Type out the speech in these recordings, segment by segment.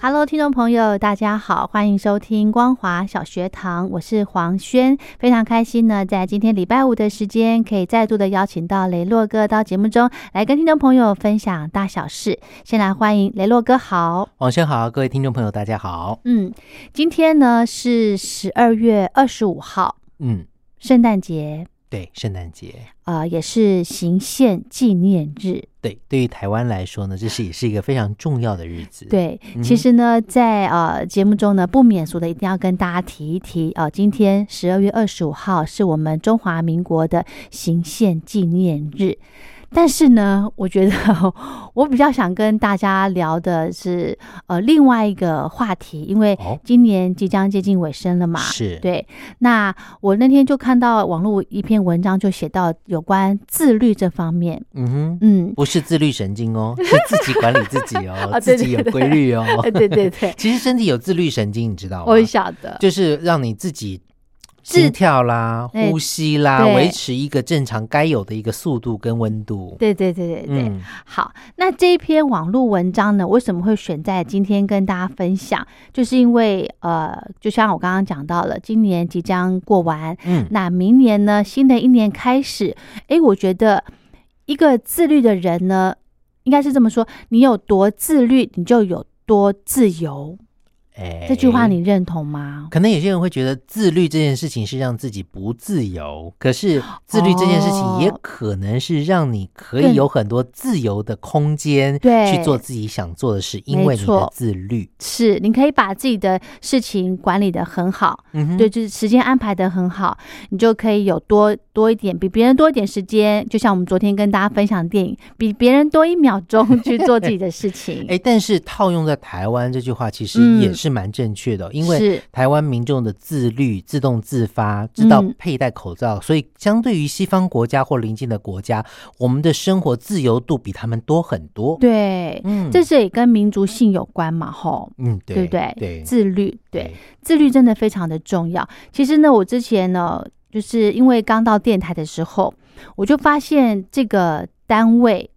Hello，听众朋友，大家好，欢迎收听光华小学堂，我是黄轩，非常开心呢，在今天礼拜五的时间，可以再度的邀请到雷洛哥到节目中来跟听众朋友分享大小事。先来欢迎雷洛哥，好，晚上好，各位听众朋友，大家好。嗯，今天呢是十二月二十五号，嗯，圣诞节，对，圣诞节，呃，也是行宪纪念日。对，对于台湾来说呢，这是也是一个非常重要的日子。，对，嗯其实呢，在呃节目中呢，不免俗的一定要跟大家提一提呃，今天十二月二十五号是我们中华民国的行宪纪念日。但是呢，我觉得 我比较想跟大家聊的是呃另外一个话题，因为哦，今年即将接近尾声了嘛。是，，对，那我那天就看到网络一篇文章，就写到有关自律这方面。嗯哼， 嗯，不是自律神 经哦，是自己管理自己啊哦，对自己有对对规律哦。呃对对对，其实身体有自律神经，你知道吗我？也晓得。啊就是让你自己。自心跳啦，哎呼吸啦，对维持一个正常该有的一个速度跟温度。对对对对对，嗯，好，那这一篇网络文章呢，为什么会选在今天跟大家分享？就是因为呃，就像我刚刚讲到了，今年即将过完，嗯，那明年呢，新的一年开始，诶，我觉得一个自律的人呢，应该是这么说：你有多自律，你就有多自由。哎这句话你认同吗？可能有些人会觉得自律这件事情是让自己不自由，可是自律这件事情也哦可能是让你可更以有很多自由的空间，对去做自己想做的事，因没为你的错自律。是，你可以把自己的事情管理的很好，嗯哼对，，就是时间安排的很好，你就可以有多多一点，比别人多一点时间。就像我们昨天跟大家分享的电影，比别人多一秒钟 去做自己的事情。哎，但是套用在台湾这句话其实嗯也是蛮正确的哦，因为是台湾民众的自律、自动自发，知道嗯佩戴口罩，所以相对于西方国家或邻近的国家，我们的生活自由度比他们多很多。对，嗯这是也跟民族性有关嘛，吼。嗯，对，不对？对，自律，对，，自律真的非常的重要。其实呢，我之前呢，就是因为刚到电台的时候，我就发现这个单位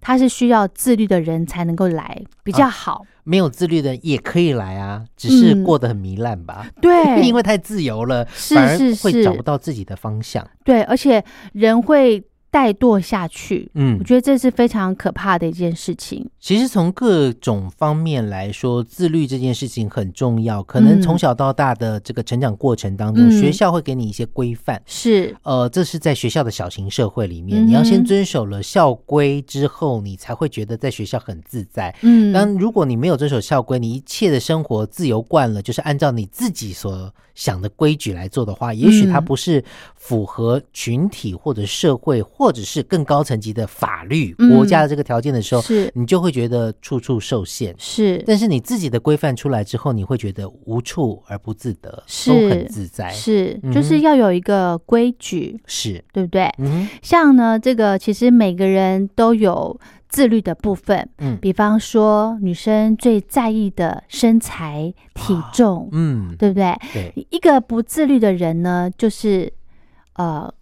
它是需要自律的人才能够来，比啊较好。没有自律的人也可以来啊，只是过得很糜烂吧。，嗯对 因为太自由了，是反而是会找是不到自己的方向。对，而且人会怠惰下去，嗯我，觉得这是非常可怕的一件事情。其实从各种方面来说，自律这件事情很重要。可能嗯从小到大的这个成长过程当中，嗯学校会给你一些规范。是，呃，这是在学校的小型社会里面，嗯哼你要先遵守了校规之后，你才会觉得在学校很自在。嗯，当如果你没有遵守校规，你一切的生活自由惯了，就是按照你自己所想的规矩来做的话，也许它嗯不是符合群体或者社会，或者是更高层级的法律、国家的这个条件的时候，嗯是你就会觉得处处受限。是但是你自己的规范出来之后，你会觉得无处而不自得，是都很自在。是，嗯就哼是要有一个规矩，是，对不对？嗯像呢，这个其实每个人都有自律的部分，嗯比方说女生最在意的身材、体啊重，嗯，对不对？对，一个不自律的人呢，就是呃，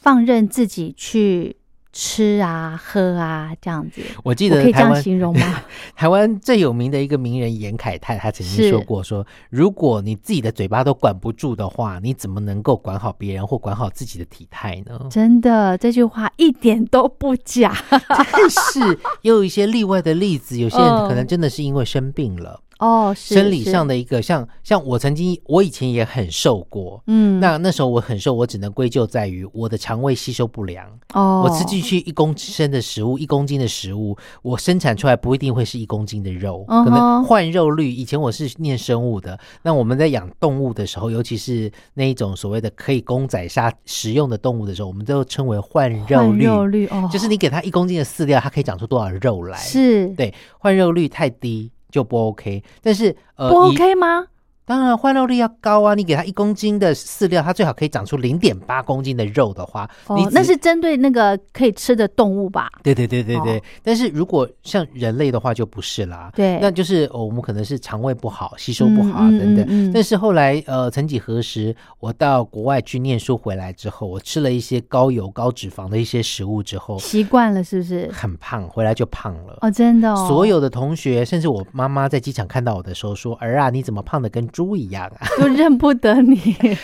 放任自己去吃啊、喝啊这样子。我我记可得以这台样湾形容 吗？ 台湾最有名的一个名人严凯泰，他曾是？经说过说，如果你自己的嘴巴都管不住的话，你怎么能够管好别人或管好自己的体态呢 真的，这句话一点都不假。 但是也有一些例外的例子，有些人嗯可能真的是因为生病了，哦，是生理上的，的一个像像我曾经我以前也很瘦过，嗯，那那时候我很瘦，我只能归咎在于我的肠胃吸收不良，哦，我吃进去一公升的食物，一公斤的食物，我生产出来不一定会是一公斤的肉，嗯哼可能换肉率。以前我是念生物的，那我们在养动物的时候，尤其是那一种所谓的可以供宰杀食用的动物的时候，我们都称为换肉换率，肉率哦，就是你给它一公斤的饲料，它可以长出多少肉来？是对，换肉率太低就不 OK。但是呃，不以 OK 吗？当然，换肉率要高啊！你给它一公斤的饲料，它最好可以长出零点八公斤的肉的话，你哦，只那是针对那个可以吃的动物吧？对对对对对。哦但是如果像人类的话，就不是啦。对那就是、哦我们可能是肠胃不好、吸收不好啊、嗯嗯等等。嗯嗯但是后来呃，曾几何时，我到国外去念书回来之后，我吃了一些高油、高脂肪的一些食物之后，习惯了是不是？很胖，回来就胖了。哦，真的哦，所有的同学，甚至我妈妈在机场看到我的时候说：“儿啊，你怎么胖的跟猪一样啊？”。就认不得你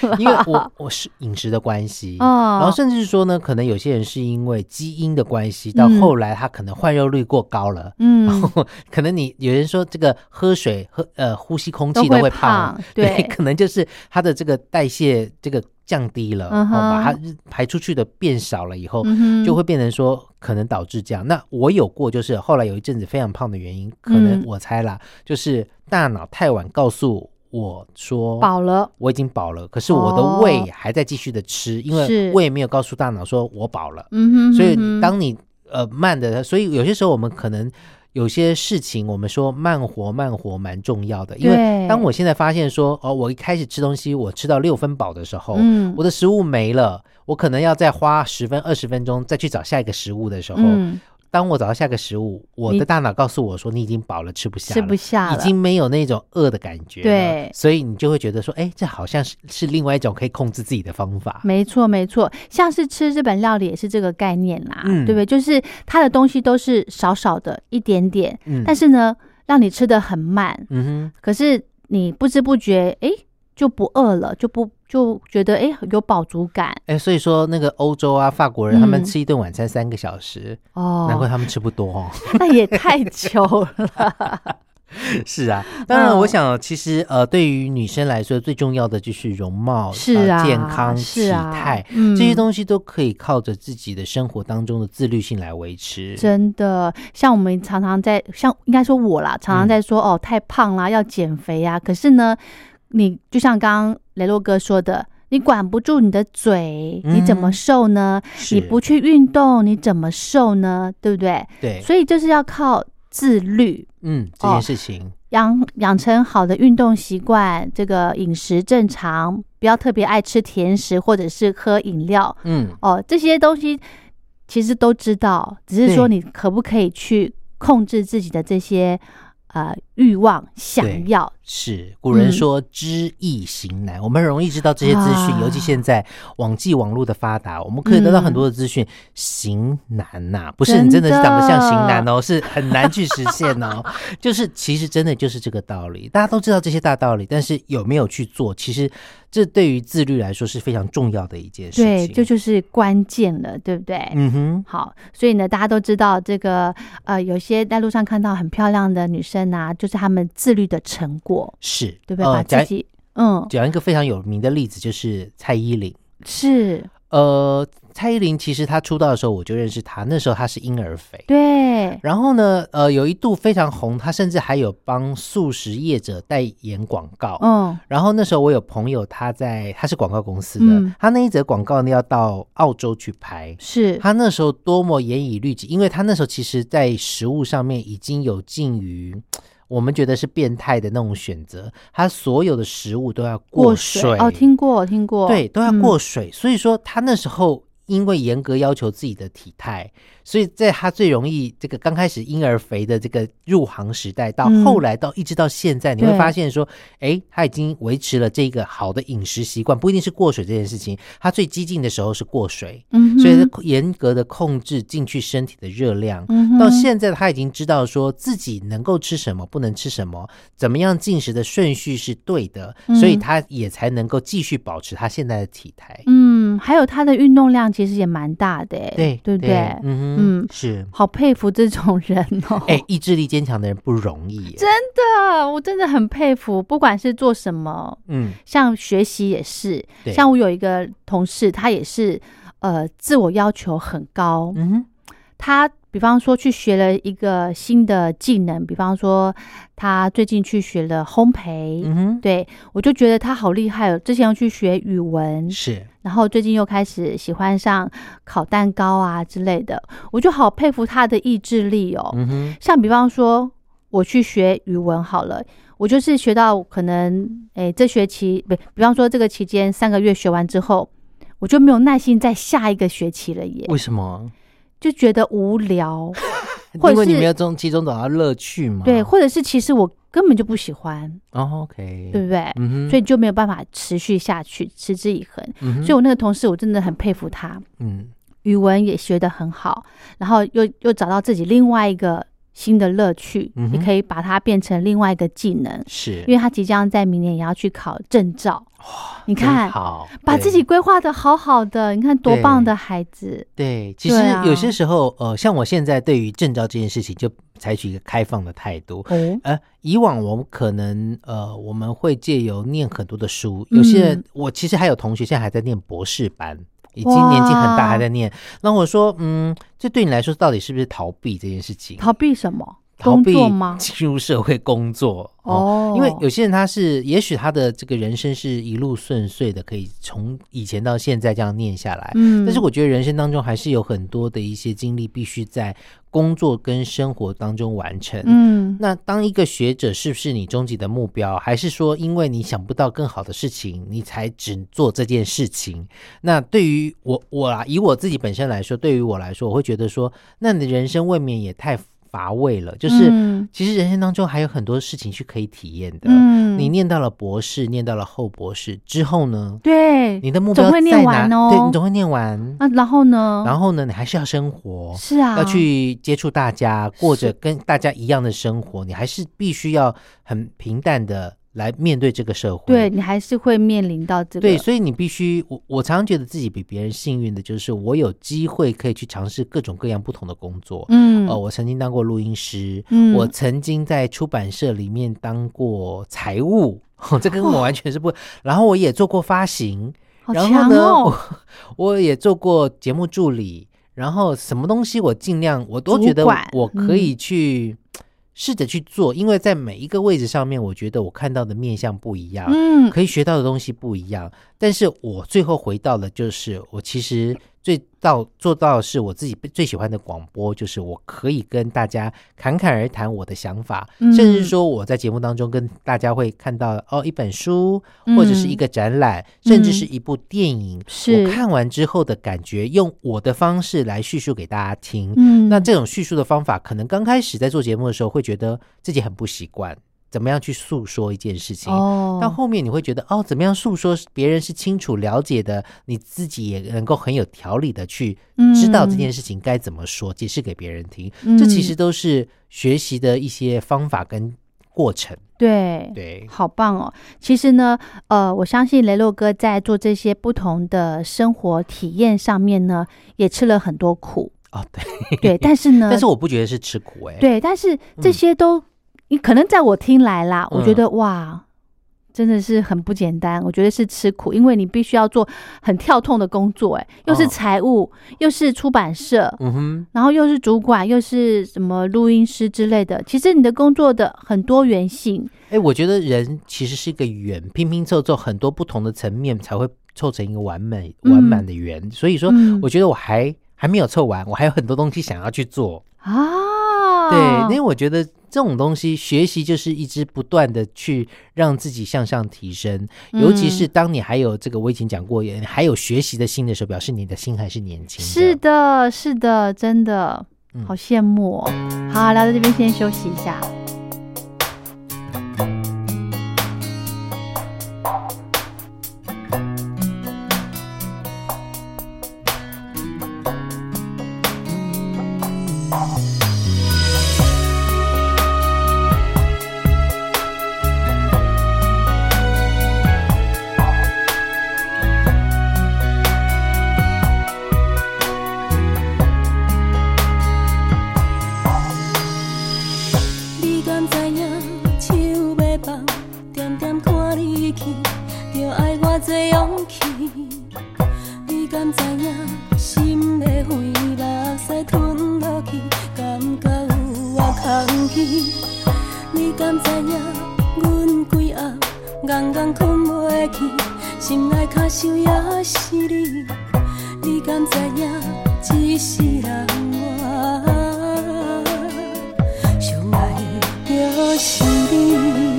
了 因为 我我是饮食的关系，哦然后甚至是说呢，可能有些人是因为基因的关系，到嗯后来他可能换肉率过高了。 嗯，可能你有人说这个喝水喝呃呼吸空气都都会会 胖，胖对可能就是它的这个代谢这个降低了，嗯然哼后把它排出去的变少了以后，嗯哼就会变成说可能导致这样。那我有过，就是后来有一阵子非常胖的原因，可能嗯我猜啦，就是大脑太晚告诉我说饱了，我已经饱了，可是我的哦胃还在继续的吃，因是为胃没有告诉大脑说我饱了。嗯哼，所以嗯哼当你呃慢的，所以有些时候我们可能有些事情，我们说慢活慢活蛮重要的，因对为当我现在发现说哦，我一开始吃东西我吃到六分饱的时候，嗯我的食物没了，我可能要再花十分二十分钟再去找下一个食物的时候，嗯当我找到下一个食物，我你的大脑告诉我说你已经饱了，吃不下吃了，不下了，已经没有那种饿的感觉了，对所以你就会觉得说，哎，这好像是是另外一种可以控制自己的方法，没错，没错，像是吃日本料理也是这个概念啦，嗯对不对？就是它的东西都是少少的一点点，嗯，但是，是呢，让你吃的很慢，嗯哼。可是你不知不觉，哎，就不饿了，就不就觉得哎有饱足感哎，所以说那个欧洲啊，法国人他们嗯吃一顿晚餐三个小时，难怪哦，他们吃不多 哦。那也太久 了，是啊， 当然，嗯我想其实呃，对于女生来说，最重要的就是容貌、是啊，呃健康、是啊，体态。嗯这些东西都可以靠着自己的生活当中的自律性来维持。真的，像我们常常在，像应该说我啦，常嗯常在说、哦，太胖啦，要减肥啊。可是呢，你就像刚刚雷洛哥说的，你管不住你的嘴，你怎么嗯瘦呢？是你不去运动，你怎么瘦呢？对不对？对，所以就是要靠自律。嗯，这哦件事情，养养成好的运动习惯，这个饮食正常，不要特别爱吃甜食或者是喝饮料，嗯，哦，这些东西其实都知道，只是说对你可不可以去控制自己的这些呃欲望、对想要。是古人嗯说知易行难，我们很容易知道这些资讯，啊尤其现在网际网络的发达，我们可以得到很多的资讯。行难呐、不是你真真的的是长得像型男哦，是很难去实现 哦。就是其实真的就是这个道理，大家都知道这些大道理，但是有没有去做，其实这对于自律来说是非常重要的一件事对，情。这就是关键了，对不对？嗯哼，好，所以呢，大家都知道这个，呃，有些在路上看到很漂亮的女生啊，就是她们自律的成果，是对不对？呃把自讲己，嗯，讲一个非常有名的例子，就是蔡依林。是呃，蔡依林其实她出道的时候我就认识她，那时候她是婴儿肥。对，然后呢，呃，有一度非常红，她甚至还有帮素食业者代言广告。嗯，然后那时候我有朋友，他在他是广告公司的，嗯他那一则广告呢要到澳洲去拍。是，他那时候多么严以律己，因为他那时候其实，在食物上面已经有近于我们觉得是变态的那种选择，他所有的食物都要过水哦，听过，听过，对，都要嗯过水。所以说他那时候因为严格要求自己的体态，所以在他最容易这个刚开始婴儿肥的这个入行时代，到嗯后来到一直到现在，你对会发现说，哎，他已经维持了这个好的饮食习惯，不一定是过水这件事情。他最激进的时候是过水，嗯哼，所以他严格的控制进去身体的热量。嗯哼到现在，他已经知道说自己能够吃什么，不能吃什么，怎么样进食的顺序是对的，嗯所以他也才能够继续保持他现在的体态。嗯嗯，还有他的运动量其实也蛮大的、欸，对对不对？嗯哼嗯是。 好佩服这种人哦、 哎、意志力坚强的人不容易耶。真的，我真的很佩服，不管是做什么，嗯，像学习也是，对像我有一个同事，他也是，呃，自我要求很高。嗯哼，他比方说去学了一个新的技能，比方说他最近去学了烘焙，嗯哼，对我就觉得他好厉害哦。之前又去学语文，是，然后最近又开始喜欢上烤蛋糕啊之类的，我就好佩服他的意志力哦。嗯哼，像比方说，我去学语文好了，我就是学到可能，诶，这学期不，比方说这个期间三个月学完之后，我就没有耐心在下一个学期了耶，为什么？就觉得无聊，啊或因者为你是没有中其中找到乐趣嘛。对，或者是其实我根本就不喜欢，哦，OK，对不对？嗯哼，所以就没有办法持续下去，持之以恒。嗯哼，所以我那个同事，我真的很佩服他，嗯，语文也学得很好，然后又又找到自己另外一个新的乐趣，嗯哼也可以把它变成另外一个技能。是，因为他即将在明年也要去考证照。你你看，好，把对自己规划的好好的，你看多对棒的孩子。对，其实对啊有些时候，呃，像我现在对于证照这件事情，就采取一个开放的态度。哦，呃，以往我们可能呃，我们会借由念很多的书，有些人、嗯我其实还有同学现在还在念博士班，已经哇年纪很大还在念。那我说，嗯，这对你来说到底是不是逃避这件事情？逃避什么？逃工避作吗？进入社会工作哦因为有些人他是，也许他的这个人生是一路顺遂的，可以从以前到现在这样念下来。嗯但是我觉得人生当中还是有很多的一些经历，必须在工作跟生活当中完成。嗯，那当一个学者是不是你终极的目标？还是说，因为你想不到更好的事情，你才只做这件事情？那对于我我啊，以我自己本身来说，对于我来说，我会觉得说，那你的人生未免也太乏味了。就是、嗯其实人生当中还有很多事情是可以体验的。嗯呃你念到了博士，念到了后博士之后呢？对，你的目标总会念在完哪哦对，你总会念完。那然后呢？然后呢，你还是要生活，哦是啊，要去接触大家，过着跟大家一样的生活，你还是必须要很平淡的来面对这个社会。对你还是会面临到这个对，所以你必须，我我常常觉得自己比别人幸运的，就是我有机会可以去尝试各种各样不同的工作。嗯呃，我曾经当过录音师，嗯我曾经在出版社里面当过财务，哦这跟我完全是不。然后我也做过发行，好然后强呢，哦，我 我也做过节目助理，然后什么东西我尽量我都主觉得管嗯我可以去试着去做，因为在每一个位置上面，我觉得我看到的面相不一样，嗯，可以学到的东西不一样。但是我最后回到的就是我其实最到做到的是我自己最喜欢的广播，就是我可以跟大家侃侃而谈我的想法，嗯甚至说我在节目当中跟大家会看到哦一本书或者是一个展览，嗯甚至是一部电影，是我看完之后的感觉，用我的方式来叙述给大家听。嗯，那这种叙述的方法，可能刚开始在做节目的时候会觉得自己很不习惯，怎么样去诉说一件事情？哦，到后面你会觉得哦，怎么样诉说别人是清楚了解的，你自己也能够很有条理的去嗯知道这件事情该怎么说，解释给别人听。这嗯其实都是学习的一些方法跟过程。对对，嗯好棒哦！其实呢，呃，我相信雷洛哥在做这些不同的生活体验上面呢，也吃了很多苦，哦对，对。但是呢， 但是我不觉得是吃苦哎、对，但是这些都，你可能在我听来啦，我觉嗯得哇，真的是很不简单。我觉得是吃苦，因为你必须要做很跳痛的工作，哎，又是哦财务，又是出版社，嗯哼，然后又是主管，又是什么录音师之类的。其实你的工作的很多元性，哎，我觉得人其实是一个圆，拼拼凑凑很多不同的层面才会凑成一个完美完满的圆。所以说嗯，我觉得我还还没有凑完，我还有很多东西想要去做。啊，对，因为我觉得这种东西，学习就是一直不断的去让自己向上提升，尤其嗯是当你还有这个，我以前讲过，也还有学习的心的时候，表示你的心还是年轻的。是的，是的，真的，啊嗯好羡慕哦。好，聊到这边先休息一下。的勇气，你敢知影？心的血目屎吞落去，感觉有啊空虚。你敢知影？阮规暗戆戆困袂去，心内卡想也是你。你敢知影？一世人我最爱的就是你。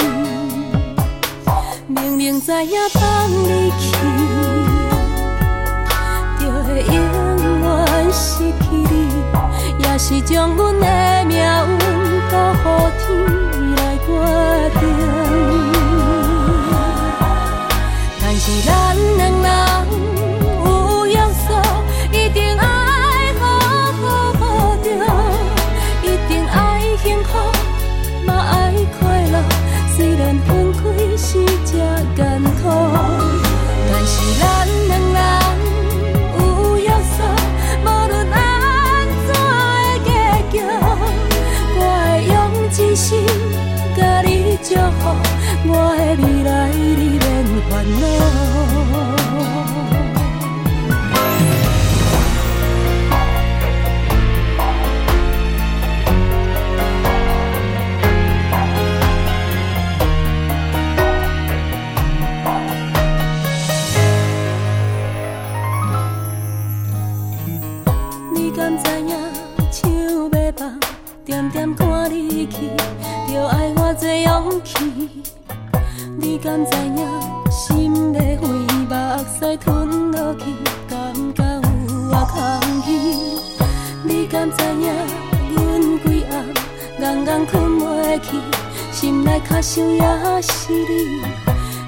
明明知影放你去，就会永远失去你，也是将阮的命运交予天来决定。但是咱两人有约束，一定爱好好保重，一定爱幸福。嘛爱快乐，虽然分开是这艰苦，但是咱两人有约束，无论安怎的结局，我会用真心甲你祝福，我的未来你免烦恼。你敢知影？手要放，点点看你去，着爱我多勇气。你敢知影？心要血，目屎吞落去，感觉有啊空虚。你敢知影？阮规暗戆戆困袂去，心内卡想也是你。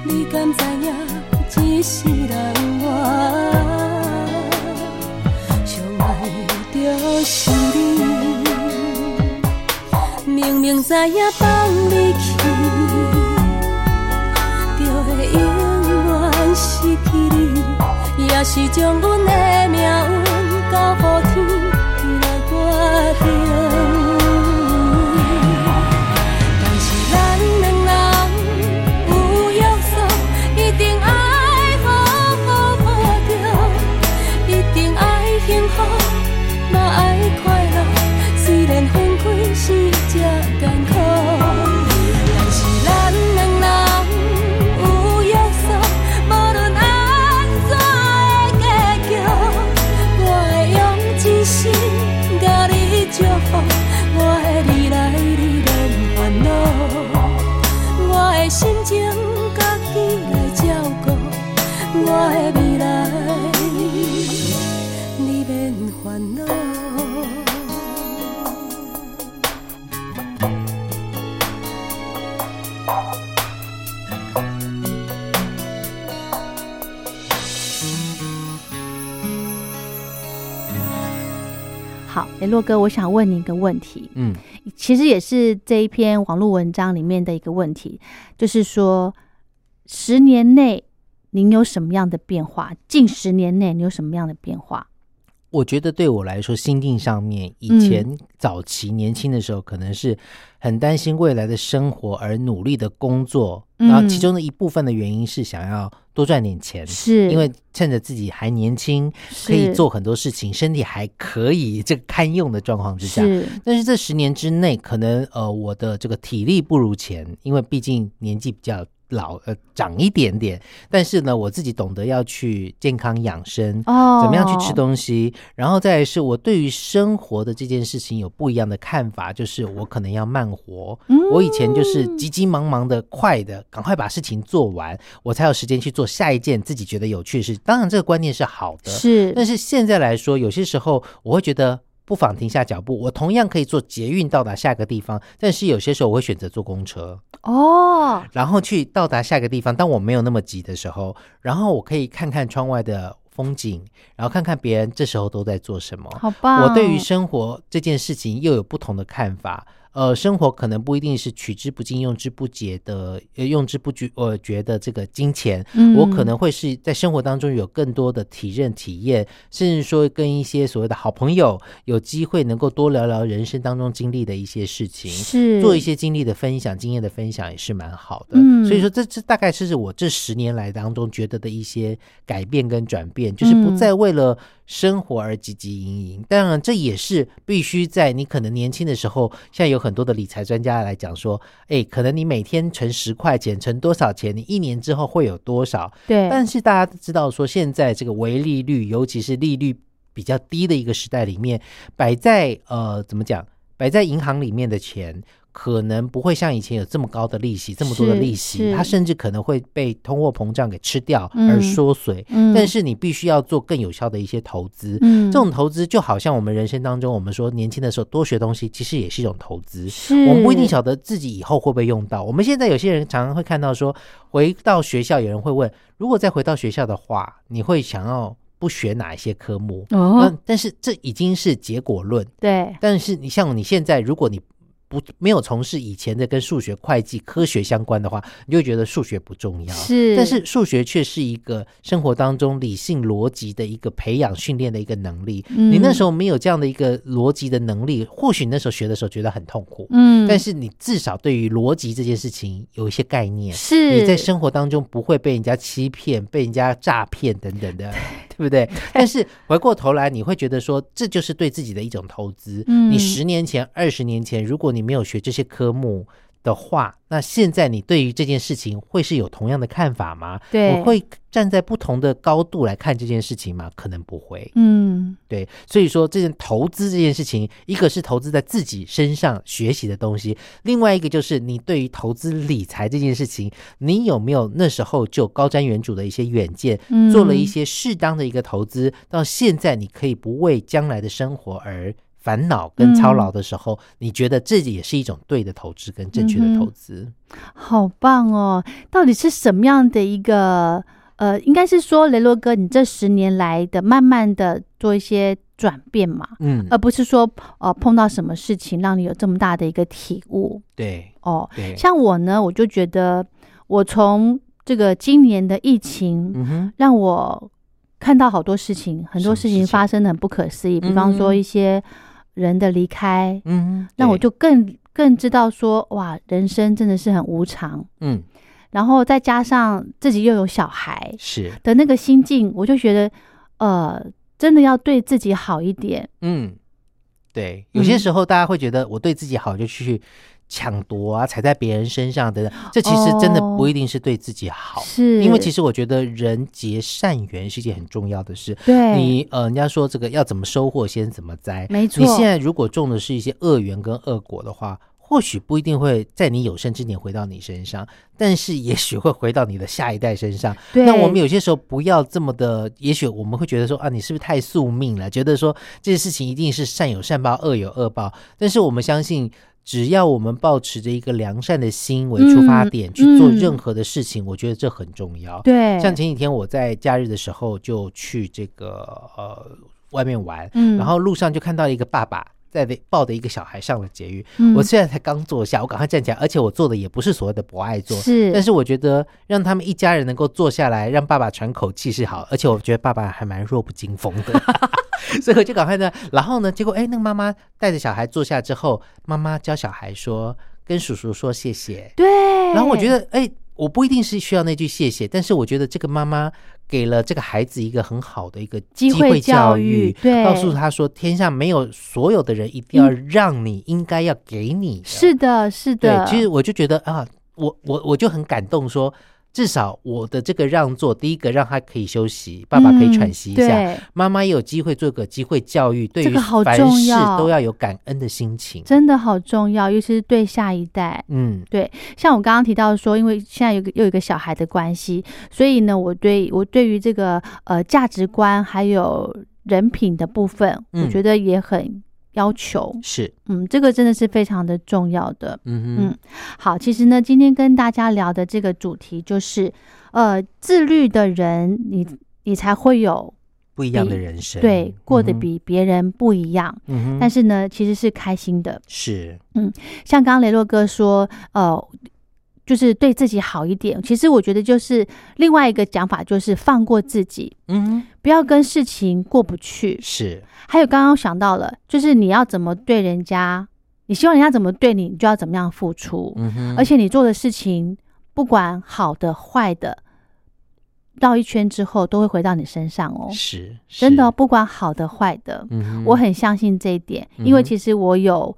你敢知影？一世人我。相爱的就是你。明明知影放你去，就会永远失去你，也是将阮的命运交予天来决定。但是咱两人有约束，一定爱好好保重，一定爱幸福，嘛爱快乐。虽然分开是这艰苦，但是咱两人有约束，无论安怎的结局，我会用真心甲你祝福，我的未来你免烦恼。我的心情家己来照顾，我的未来你免烦恼。好，雷洛哥，我想问你一个问题，嗯，其实也是这一篇网络文章里面的一个问题，就是说，十年内您有什么样的变化？近十年内你有什么样的变化？我觉得对我来说，心境上面，以嗯前早期年轻的时候，可能是很担心未来的生活而努力的工作，嗯然后其中的一部分的原因是想要多赚点钱，是因为趁着自己还年轻，可以做很多事情，身体还可以这个堪用的状况之下。是但是这十年之内，可能呃我的这个体力不如前，因为毕竟年纪比较老，呃长一点点。但是呢，我自己懂得要去健康养生，哦，怎么样去吃东西，然后再来是我对于生活的这件事情有不一样的看法，就是我可能要慢活。嗯我以前就是急急忙忙的、快的，赶快把事情做完，我才有时间去做下一件自己觉得有趣的事。当然，这个观念是好的，是但是现在来说，有些时候我会觉得不妨停下脚步，我同样可以坐捷运到达下个地方，但是有些时候我会选择坐公车，哦，然后去到达下个地方。当我没有那么急的时候，然后我可以看看窗外的风景，然后看看别哦人这时候都在做什么。好棒！我对于生活这件事情又有不同的看法。呃，生活可能不一定是取之不尽、用之不竭的，呃，用之不绝呃觉的这个金钱，嗯我可能会是在生活当中有更多的体认、体验，甚至说跟一些所谓的好朋友有机会能够多聊聊人生当中经历的一些事情，是做一些经历的分享、经验的分享也是蛮好的。嗯所以说这这大概是我这十年来当中觉得的一些改变跟转变，就是不嗯再为了生活而汲汲营营。当然，这也是必须在你可能年轻的时候，现在有很多的理财专家来讲说，哎，可能你每天存十块钱，存多少钱，你一年之后会有多少？对，但是大家都知道说，现在这个微利率，尤其是利率比较低的一个时代里面，摆在呃怎么讲，摆在银行里面的钱。可能不会像以前有这么高的利息，这么多的是利息，是它甚至可能会被通货膨胀给吃掉嗯而缩水。嗯但是你必须要做更有效的一些投资。嗯这种投资就好像我们人生当中，我们说年轻的时候多学东西，其实也是一种投资。是我们不一定晓得自己以后会不会用到。我们现在有些人常常会看到说，回到学校，有人会问，如果再回到学校的话，你会想要不学哪一些科目？哦那，但是这已经是结果论。对，但是你像你现在，如果你不没有从事以前的跟数学、会计、科学相关的话，你就会觉得数学不重要。是，但是数学却是一个生活当中理性逻辑的一个培养训练的一个能力。嗯你那时候没有这样的一个逻辑的能力，或许你那时候学的时候觉得很痛苦，嗯，但是你至少对于逻辑这件事情有一些概念。是你在生活当中不会被人家欺骗、被人家诈骗等等的，对 不对？但是回过头来，你会觉得说，这就是对自己的一种投资。嗯你十年前、二十年前，如果你没有学这些科目的话，那现在你对于这件事情会是有同样的看法吗？对我会站在不同的高度来看这件事情吗？可能不会。嗯，对，所以说这件投资这件事情，一个是投资在自己身上学习的东西，另外一个就是你对于投资理财这件事情，你有没有那时候就高瞻远瞩的一些远见，嗯做了一些适当的一个投资，到现在你可以不为将来的生活而。烦恼跟嗯操劳的时候，你觉得这也是一种对的投资跟正嗯确的投资？好棒哦！到底是什么样的一个呃，应该是说雷洛哥，你这十年来的慢慢的做一些转变嘛，嗯，而不是说呃碰到什么事情让你有这么大的一个体悟对哦。对，像我呢，我就觉得我从这个今年的疫情，嗯哼，让我看到好多事情，很什么多事事情情发生的很不可思议，比方说嗯一些人的离开，嗯哼，那我对就更更知道说，哇，人生真的是很无常。嗯然后再加上自己又有小孩是的那个心境，我就觉得，呃，真的要对自己好一点。嗯，对，有些嗯时候大家会觉得我对自己好就去抢夺啊，踩在别人身上等等，这其实真的不一定是对自己好，哦是因为其实实我觉得人结善缘是一件很重要的事。对你呃，人家说这个要怎么收获先怎么栽，没你错，现在如果种的是一些恶缘跟恶果的话。或许不一定会在你有生之年回到你身上，但是也许会回到你的下一代身上。对那我们有些时候不要这么的，也许我们会觉得说啊，你是不是太宿命了？觉得说这件事情一定是善有善报，恶有恶报。但是我们相信，只要我们保持着一个良善的心为出发点、嗯去做嗯任何的事情，我觉得这很重要。对像前几天我在假日的时候就去这个呃外面玩，嗯然后路上就看到一个爸爸。在被抱着一个小孩上了捷运，嗯我虽然才刚坐下，我赶快站起来，而且我坐的也不是所谓的不爱坐，是，但是我觉得让他们一家人能够坐下来，让爸爸喘口气是好，而且我觉得爸爸还蛮弱不禁风的， 所以我就赶快呢，然后呢，结果哎，那个妈妈带着小孩坐下之后，妈妈教小孩说跟叔叔说谢谢，对，然后我觉得哎。我不一定是需要那句谢谢，但是我觉得这个妈妈给了这个孩子一个很好的一个机会会教育育，对告诉他说天下没有所有的人一定要让你，应该要给你的是的，是对的，，其实我就觉得啊，我我我就很感动说。至少我的这个让座，第一个让他可以休息，爸爸可以喘息一下，嗯对妈妈也有机会做个机会教育，对这于个好凡重事要都要有感恩的心情。真的好重要，尤其是对下一代。嗯，像我刚刚提到说，因为现在有个又有一个小孩的关系，所以呢，我对我对于这个呃价值观还有人品的部分，嗯我觉得也很要求。是，嗯，这个真的是非常的重要的。嗯哼，嗯好，其实呢，今天跟大家聊的这个主题就是，呃，自律的人，你你才会有不一样比的人生，对，过得嗯哼，比别人不一样，嗯哼，但是是呢，其实是开心的。是，像刚刚雷洛哥说，呃，就是对自己好一点。其实我觉得就是另外一个讲法，就是放过自己，嗯哼，不要跟事情过不去。是，还有刚刚想到了，就是你要怎么对人家，你希望人家怎么对你，你就要怎么样付出。嗯哼，而且你做的事情，不管好的坏的，绕一圈之后都会回到你身上哦。是，真的哦、是，不管好的坏的，嗯哼，我很相信这一点，因嗯为哼其实我有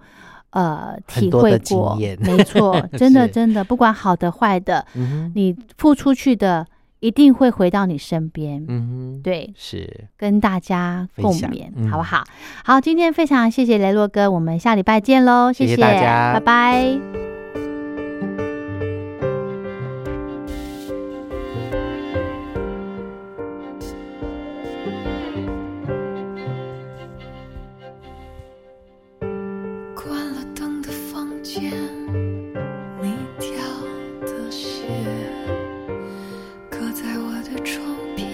呃很体多会的经过验，没错，真的 是真的，不管好的坏的，嗯哼，你付出去的一定会回到你身边。嗯哼，，对，是，跟大家分共享勉，嗯好不好？好，今天非常谢谢雷洛哥，我们下礼拜见喽，谢谢谢大家拜拜。关了灯的房间，你跳的鞋搁在我的窗边，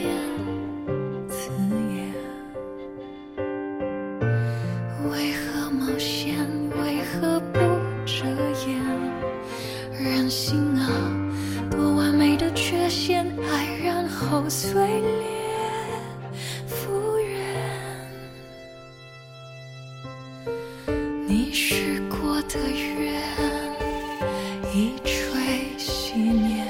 刺眼。为何冒险？为何不遮掩？任性啊，多完美的缺陷，爱然后碎裂，复原。你许过的愿一吹熄灭，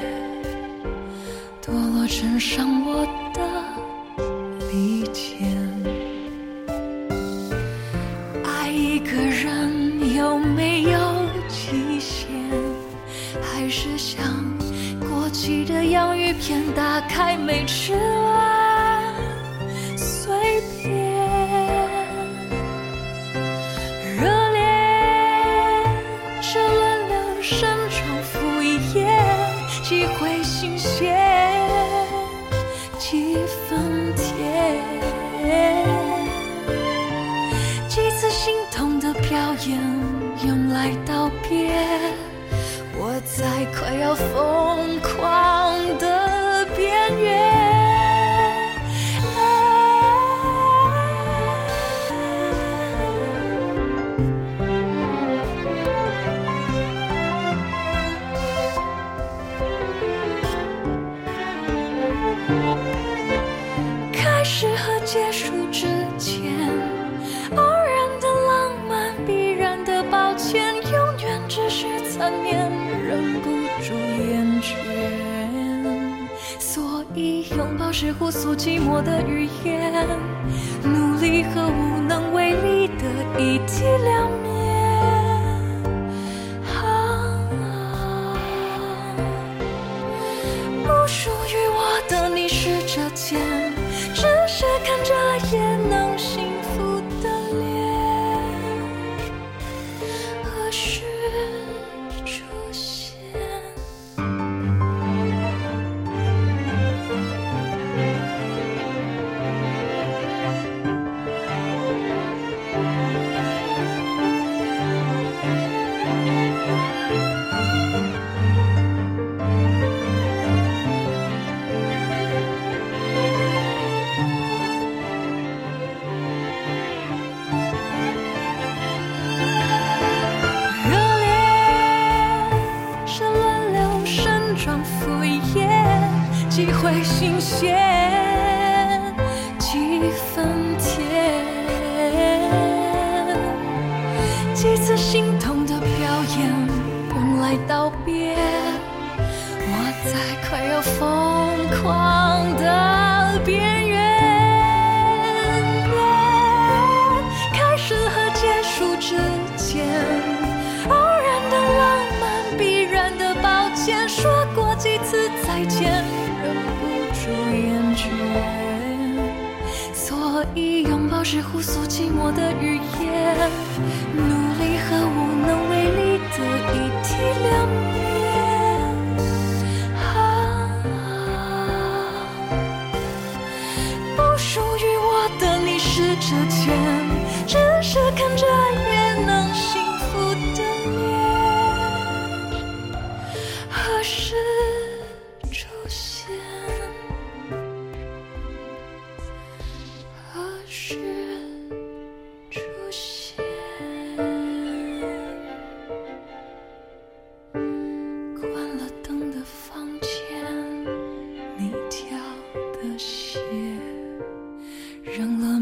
堕落成伤我的利剑。爱一个人有没有极限？还是像过期的洋芋片，打开没吃完，随便。热恋是轮流升重复一夜，几回新鲜，几分甜，几次心痛的表演用来道别，我在快要疯狂的边缘。啊开始和结束之前，偶然的浪漫，必然的抱歉，永远只是残念，忍不住厌倦。所以拥抱是互诉寂寞的语言，努力和无能为力的一体两面。啊。不属于我的你试着见，只是看着也能幸福的脸，何时出现？热恋是轮流生长敷衍，几回新鲜，几分甜，几次心痛的表演用来道别，我在快要疯狂的边缘。开始和结束之间，偶然的浪漫，必然的抱歉，说过几次再见，忍不住厌倦。所以拥抱是互诉寂寞的语言，努力和无能为力的一体两面。啊。不属于我的你试着见，只是看着也能幸福的脸，何时出现？些，让了。